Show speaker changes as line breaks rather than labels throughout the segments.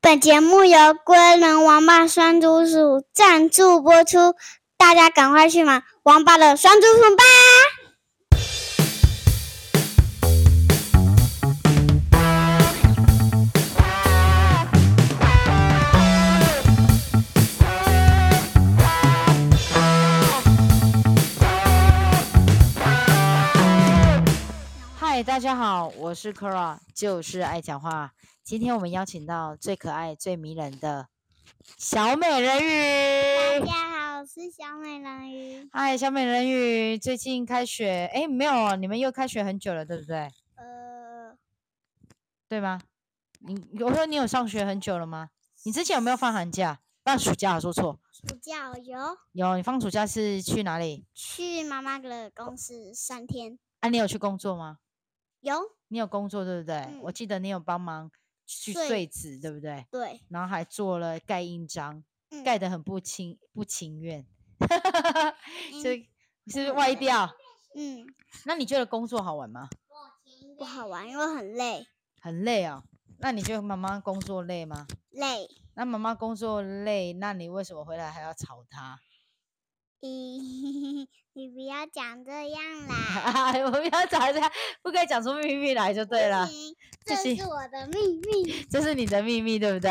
本节目由龟人王八酸猪鼠赞助播出，大家赶快去买王八的酸猪鼠吧！
嗨，大家好，我是 Kara，就是爱讲话。今天我们邀请到最可爱、最迷人的小美人鱼。
家好，我是小美人鱼。
嗨，小美人鱼，最近开学？哎，没有，你们又开学很久了，对不对？
呃，
对吗？你我说你有上学很久了吗？你之前有没有放寒假？放暑假，我说错。
暑假我有
有，你放暑假是去哪里？
去妈妈的公司三天，
啊，你有去工作吗？
有
你有工作对不对？我
嗯
记得你有帮忙去
穗
碎纸，对不对？
对，
然后还做了盖印章。
嗯
盖得很不情不情愿，
嗯
是是歪掉。
嗯
那你觉得工作好玩吗？
不好玩，因为很累，
很累哦。那你觉得妈妈工作累吗？
累。
那妈妈工作累，那你为什么回来还要吵她？
咦，你不要讲这样啦，
哎我不要吵架，不可以讲出秘密来就对了
不，行，
这
这
是
是我的秘密。
这是你的秘密，对不对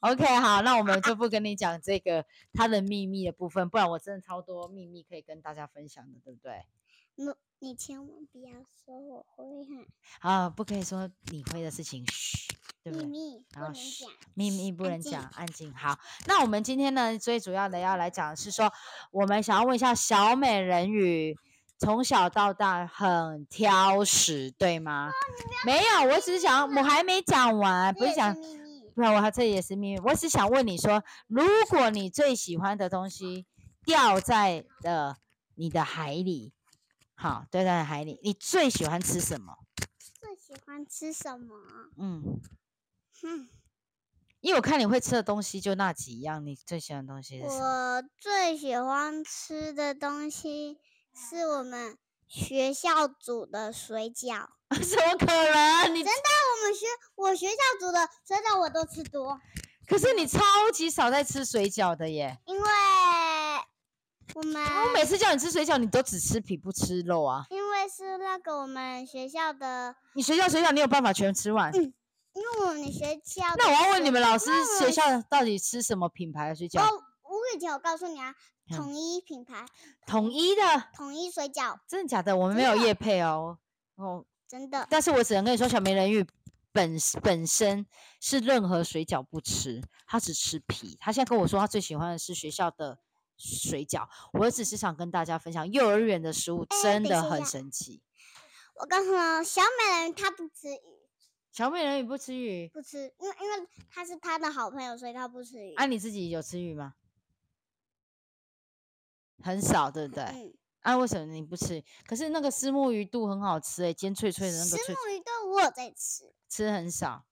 ？OK，好，那我们就不跟你讲这个她的秘密的部分，不然我真的超多秘密可以跟大家分享的，对不对？
你千万不要说我会很
啊，不可以说你会的事情，嘘，对不
秘
对？
密，不
然后
能
嘘
讲。
秘密不
安
能
静
讲，安静。好，那我们今天呢，最主要的要来讲的是说，我们想要问一下小美人鱼，从小到大很挑食，对
啊
吗？没有，我只是想，我还没讲完，不
这
是
也
讲，
秘密，
不然我还这也是秘密。我只想问你说，如果你最喜欢的东西掉在了你的海里，好，掉在海里，你最喜欢吃什么？
最喜欢吃什么？
嗯，
哼，
因为我看你会吃的东西就那几样，你最喜欢的东西是什么？
我最喜欢吃的东西是我们学校煮的水饺。
怎么可能？你
我们学我学校煮的水饺我都吃多，
可是你超级少在吃水饺的耶！
因为我们
我每次叫你吃水饺，你都只吃皮不吃肉啊！
因为是那个我们学校的，
你学校水饺你有办法全吃完？
嗯因为我们学校
那我要问
的
你们老师
那我，
学
们
校到底吃什么品牌的水饺？
哦，吴雨姐，我告诉你啊，
嗯
统一品牌、
统一的，
统一水饺，
真的假的？我们没有业配哦。哦，
真的
但是我只能跟你说，小美人鱼本本身是任何水饺不吃，她只吃皮。她现在跟我说，她最喜欢的是学校的水饺。我只是想跟大家分享，幼儿园的食物
哎
真
等
的
一
很
下
神奇。
我告诉你，哦小美人鱼她不吃鱼，
小美人鱼不吃鱼，
不吃，因为因为她是她的好朋友，所以她不吃鱼。
嗯啊，你自己有吃鱼吗？很少，对不对？
嗯，
啊，为什么你不吃？可是那个丝木鱼肚很好吃诶、欸煎脆脆的那个
石
脆，
目鱼对我有在吃，
吃很少，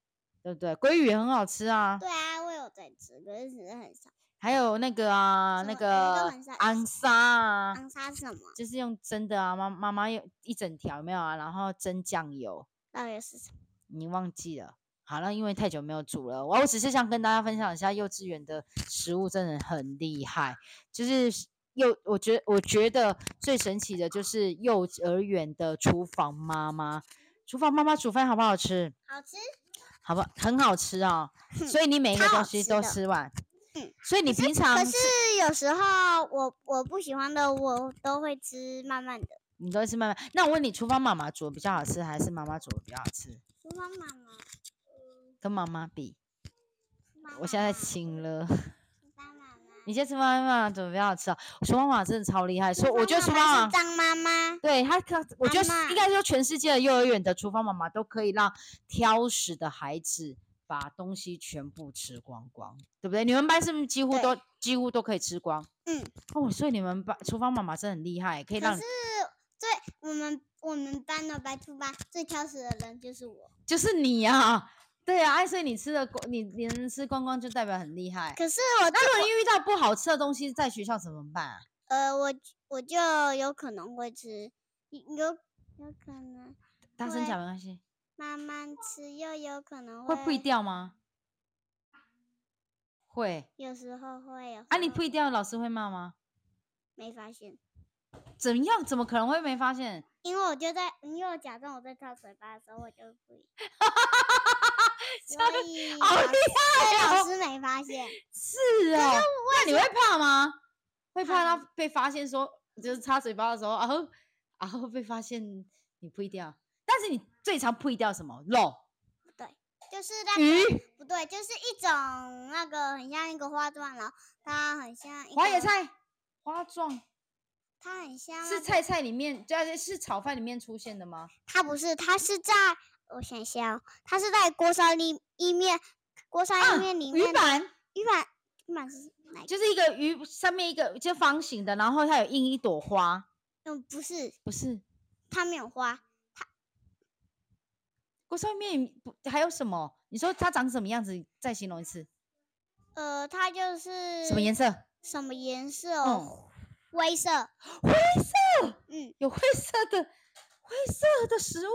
对不对？鲑鱼也很好吃啊，
对啊，我有在吃，可是只是很少。
还有那个啊，
什
那
么鱼哎都
个
很少
昂沙啊，
昂沙是什么？
就是用蒸的啊，妈妈妈用一整条有没有啊？然后蒸酱油，
到底是什么？
你忘记了？好了，因为太久没有煮了，我我只是想跟大家分享一下幼稚园的食物真的很厉害，就是幼，我觉得我觉得最神奇的就是幼儿园的厨房妈妈，厨房妈妈煮饭好不好吃？
好吃？
好不好？很好吃哦，所以你每一个
超
东
好
西
吃
都
的
吃完，
嗯
所以你平常
可
吃
是有时候我我不喜欢的我都会吃慢慢的。
你都会吃慢慢。那我问你，厨房妈妈煮的比较好吃，还是妈妈煮的比较好吃？
厨房妈妈，
跟妈妈比，
妈
我现在
妈
请了。
厨房妈妈，
你先吃妈妈怎么比较好吃啊？厨房妈妈真的超厉害，所以我觉得厨
厨
房妈
妈
妈
是，张妈妈。
对她可，我觉得
阿嬷
应该说全世界的幼儿园的厨房妈妈都可以让挑食的孩子把东西全部吃光光，对不对？你们班是不是几乎
对
都几乎都可以吃光？
嗯，
哦，所以你们班厨房妈妈真的很厉害，可以
可
让
是
你
最我们我们班的白兔吧最挑食的人就是我。
就是你啊，对啊，哎，所以你吃的光，你你能吃光光就代表很厉害。
可是我就
那如果你遇到不好吃的东西在学校怎么办啊？
呃我我就有可能会吃，有有可能
大声
对
讲没关系，
慢慢吃，又有可能
会
会
不掉吗？会
有时候会有
啊，你不一定要老师会骂吗？
没发现，
怎样？怎么可能会没发现？
因为我就在，因为我假装我在擦嘴巴的时候，我就不 一，所以
好
老
厉害
所以老
哦
师没发现，
是哦，那你会怕吗？会怕他被发现说，就是擦嘴巴的时候，然后然后被发现你不一定要，但是你最常不一定要什么肉
就是那
鱼
个不对，就是一种那个很像一个花状，然后它很像一
花野
个，
菜花状
它很像那
是
个
菜菜里面，就是是炒饭里面出现的吗？
它不是，它是在我想一下哦，它是在锅烧里意面，锅烧
啊
意面里
鱼
面的
板
鱼板鱼板是哪一个？
就是一个鱼上面一个就方形的，然后它有印一朵花，
嗯，不是，
不是
它没有花，
锅烧面不还有什么？你说它长什么样子？再形容一次，
呃，它就是
什么颜色？
什么颜色
嗯
哦？灰色，
灰色，
嗯，
有灰色的灰色的食物，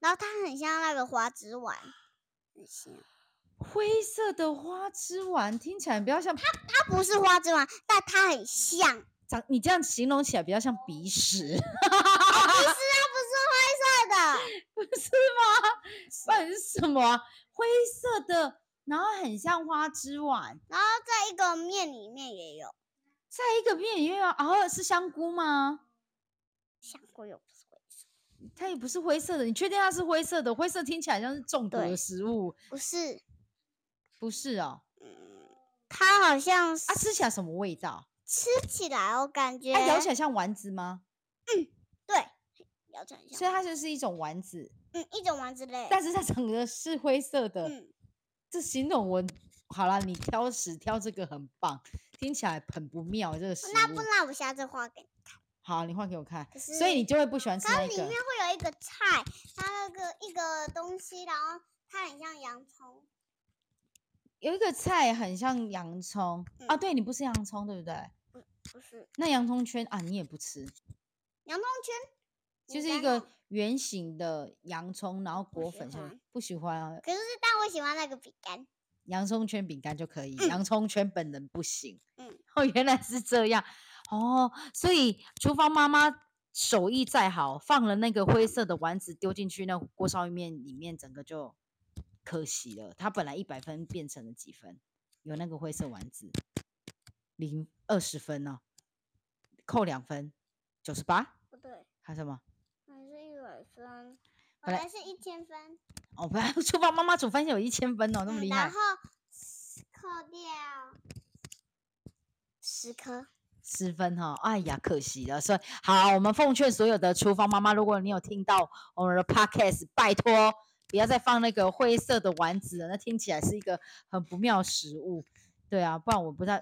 然后它很像那个花枝丸，很像。
灰色的花枝丸，听起来比较像
它不是花枝丸，但它很像。
长，你这样形容起来比较像鼻屎，
它不是灰色的，
不是吗？不然是什么啊、灰色的，然后很像花枝丸，
然后在一个面里面也有。
在一个面里面啊，然后是香菇吗？
香菇又不是灰色，
它也不是灰色的，你确定它是灰色的？灰色听起来像是中毒的
对
食物，
不是，
不是哦？
它好像是
啊，吃起来什么味道？
吃起来我感觉，
它咬起来像丸子吗？
对，咬起来很
所以
像，
它就是一种丸子，
嗯，一种丸子类。
但是它长得是灰色的。
嗯，
这形容我好了，你挑食挑这个很棒，听起来很不妙这个食
哦那不
物。
然我下次画给你。
好，你换给我看，
可
所以你
是
就会不喜欢吃
它
那
里面
个。
会有一个菜，它那个一个东西，然后它很像洋葱，
有一个菜很像洋葱、啊，
嗯
对你不吃洋葱对不对？
不是
那洋葱圈啊，你也不吃，
洋葱圈，
就
你
是一
刚
个
刚。
圆形的洋葱，然后裹
喜
粉下去
欢，
不喜欢啊，
可是，但我喜欢那个饼干。
洋葱圈饼干就可以，
嗯
洋葱圈本人不行。
嗯，
哦，原来是这样哦，所以厨房妈妈手艺再好，放了那个灰色的丸子丢进去那锅烧意面里面，整个就可惜了。它本来一百分变成了几分？有那个灰色丸子，零二十分呢、扣两分，九十八
不对，
还有什么？
还是一百分，
本
本
来
来是一千分。
哦，不， 厨房妈妈煮饭有一千分哦，那么
嗯，
厉
然
害
后，扣掉十颗。
十分哈、哎呀，可惜了。所以好，我们奉劝所有的厨房妈妈，如果你有听到我们的 podcast，拜托不要再放那个灰色的丸子了，那听起来是一个很不妙的食物。对啊，不然我不知道。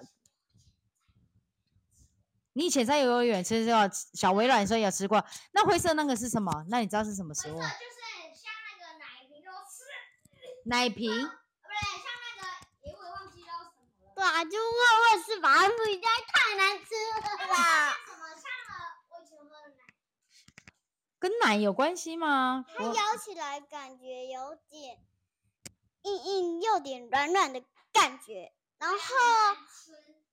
你以前在幼儿园吃过小微软，所以有吃过。那灰色那个是什么？那你知道是什么食物吗？
就是像那个奶瓶都吃，
奶瓶。
不对，像那个，因为忘记叫什么了。对啊，就问问是吧？不应该太难吃 了吧？哎什么像了？我以前喝的奶，
跟奶有关系吗？
它
我
咬起来感觉有点硬硬，又点软软的感觉，然后。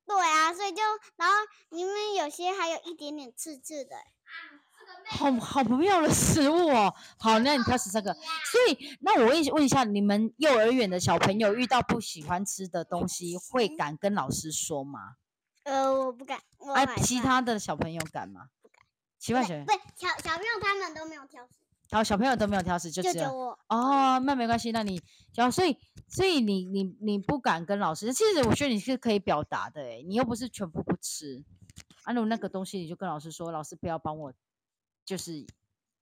对啊，所以就然后里面有些还有一点点刺刺的，啊
好好不妙的食物哦。好，那你挑食这个。所以，那我问一问一下，你们幼儿园的小朋友遇到不喜欢吃的东西，会敢跟老师说吗？
呃，我不敢，我
哎、
害
其
怕
他的小朋友敢吗？奇怪小
对
朋友，
对小小朋友他们都没有挑食，
然后小朋友都没有挑食，就
就
只
只有
有
我
哦，那没关系，那你然后所以所以你你你不敢跟老师，其实我觉得你是可以表达的，哎，你又不是全部不吃，啊，如果那个东西你就跟老师说，老师不要帮我，就是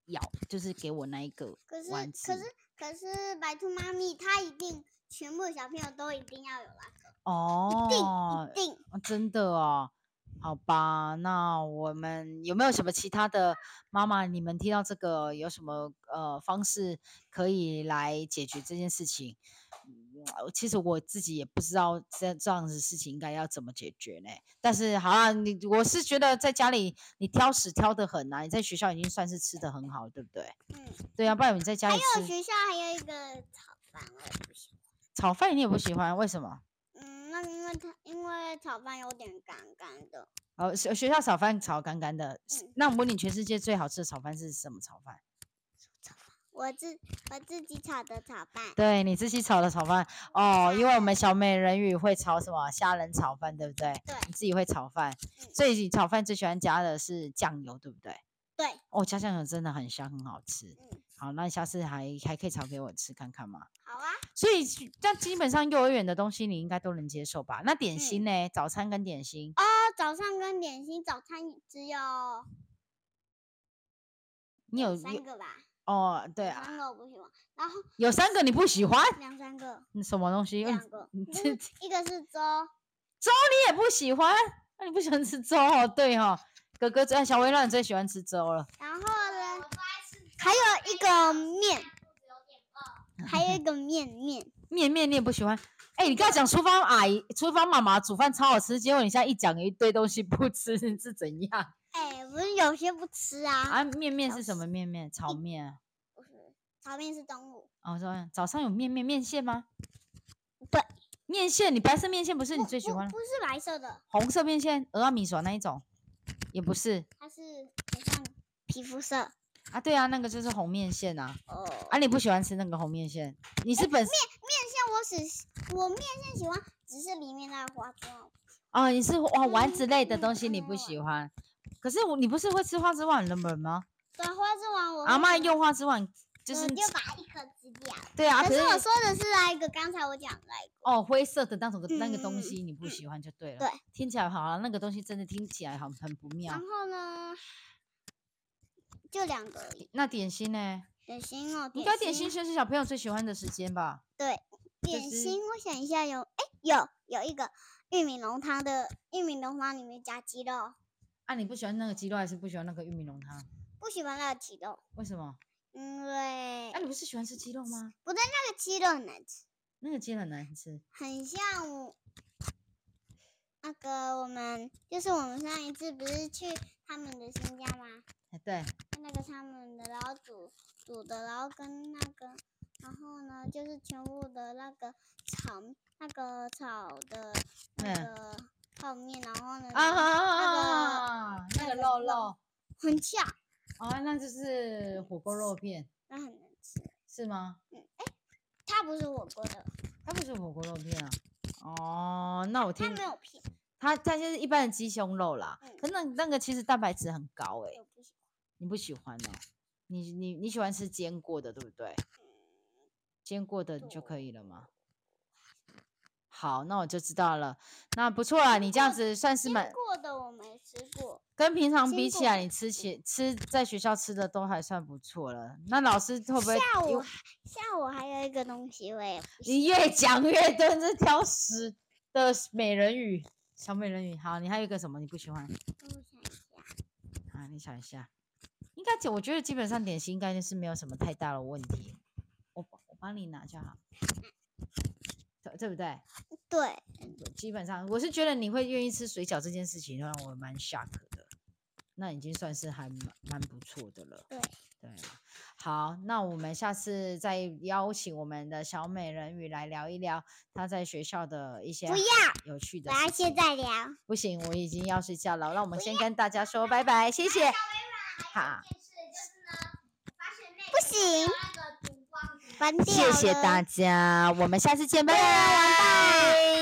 咬，就是给我那一个
可是
丸
可
子。
是可是白兔妈咪她一定全部小朋友都一定要有啦，
哦
一，定嗯
啊真的哦，好吧，那我们有没有什么其他的妈妈？你们听到这个有什么呃方式可以来解决这件事情？嗯呃其实我自己也不知道这这样子事情应该要怎么解决呢。但是好啊，你我是觉得在家里你挑食挑的很啊，你在学校已经算是吃的很好了，对不对？
嗯。
对啊，不然你在家里
还有
吃
学校还有一个炒饭，我也不喜欢，
炒饭你也不喜欢，为什么？
嗯，那那为它因为炒饭有点干干的，
哦，学学校炒饭炒干干的。是
嗯
那我问你，全世界最好吃的炒饭是什么炒饭？
我自我自己炒的炒饭，
对你自己炒的炒饭哦，因为我
人
们小美人鱼会炒什么虾仁炒饭，对不对？
嗯对嗯
你自己会炒饭，所以你炒饭最喜欢加的是酱油，对不对？
对，
哦，加酱油真的很香，很好吃。
嗯，
好，那你下次还还可以炒给我吃看看吗？
好啊，
所以其，但基本上幼儿园的东西你应该都能接受吧？那点心
嗯哦
呢？早餐跟点心，
那早上跟点心，早餐只有
你有
三
有
个吧？
哦，对
两
啊，
三个我不喜欢，然后
有三个你不喜欢，
两三个，
你什么东西？嗯
两个，
你
就
这
是一个是粥，
也不喜欢，那、你不喜欢吃粥哦？对哦，哥哥最哎小薇让你最喜欢吃粥了。
然后呢，还有一个面，还有一个面嗯面，
面面你也不喜欢，哎、你刚才讲厨房阿姨、厨房妈妈煮饭超好吃，结果你现在一讲有一堆东西不吃是怎样？
哎，不是有些不吃啊，
啊，面面
小
是什么面面？炒
一
面啊。
不是炒面是中午，
哦，说早上有面面面线吗？
对，
面线，你白色面线不是你
不
最喜
不
欢的，
不是白色的，
红色面线、鹅阿米索那一种，也不是
它是很像皮肤色
啊？对啊，那个就是红面线啊。
哦。
啊，你不喜欢吃那个红面线？你是本
面线我只喜我面线喜欢，只是里面那个花枝丸
哦，你是哇丸
嗯
子类的
嗯
东西你
嗯
不
嗯
喜欢，可是我你不是会吃花枝丸的人吗？
对，花枝丸我
阿
会
妈
喜
用花枝丸就
我
是
呃就把一颗吃掉。
对啊，
可
可
是
是
我说的是那一个，刚才我讲的那一个。
哦，灰色的那种的那个
嗯
东
嗯
西你不
嗯
喜欢就对了。
对，嗯
听起来好像那个东西真的听起来好很不妙
然。后呢，就两个而已
那点心呢？
点心哦，
应该点心就是小朋友最喜欢的时间吧？
点
是
心，我想一下有，哎，有有一个玉米浓汤的，玉米浓汤里面加鸡肉，
啊，你不喜欢那个鸡肉，还是不喜欢那个玉米浓汤？
不喜欢那个鸡肉，
为什么？
因为
啊，你不是喜欢吃鸡肉吗？
那个鸡肉很难吃，
那个鸡很难吃。
很像我那个我们就是我们上一次不是去他们的新家吗？
哎，对，
那个他们的，然后煮煮的，然后跟那个，然后呢就是全部的那个炒那个炒的那
嗯
个泡面，然后呢
啊，那
嗯那
个
个
肉
肉
肉，
很翘，
啊，那就是火锅肉片
那很难吃。
是吗？
它不是火锅的，
它不是火锅肉片啊。哦，那我
它
听
没有片，
它它就是一般的鸡胸肉啦，
嗯
可那那个其实蛋白质很高诶、
我不喜
你不喜欢哦？你你你喜欢吃煎过的，对不对？煎过的你就可以了吗？好，那我就知道了。那不错啦，你这样
过
子算是
欢。
蛮
煎过的我没吃过，
跟平常
煎
比起
过
来，
的
你吃起吃在学校吃的都还算不错了。那老师会不会
下
因
午
为
还下午还有一个东西我也不喜
你越讲越多这挑食的美人鱼，小美人鱼。好，你还有一个什么你不喜欢
我想一下，
啊？你想一下，应该就我觉得基本上点心应该就是没有什么太大的问题。我我帮你拿就好，对对不对？
对，
基本上，我是觉得你会愿意吃水饺这件事情让我蛮 shock 的，那已经算是还蛮蛮不错的了。
对
对啊，好，那我们下次再邀请我们的小美人鱼来聊一聊她在学校的一些
不
有趣的
我要
事
现
情。
在聊。
不行，我已经要睡觉了，让我们先跟大家说拜拜，谢谢。好，
不行，完掉
谢谢
了
大家，我们下次见，拜
拜
拜。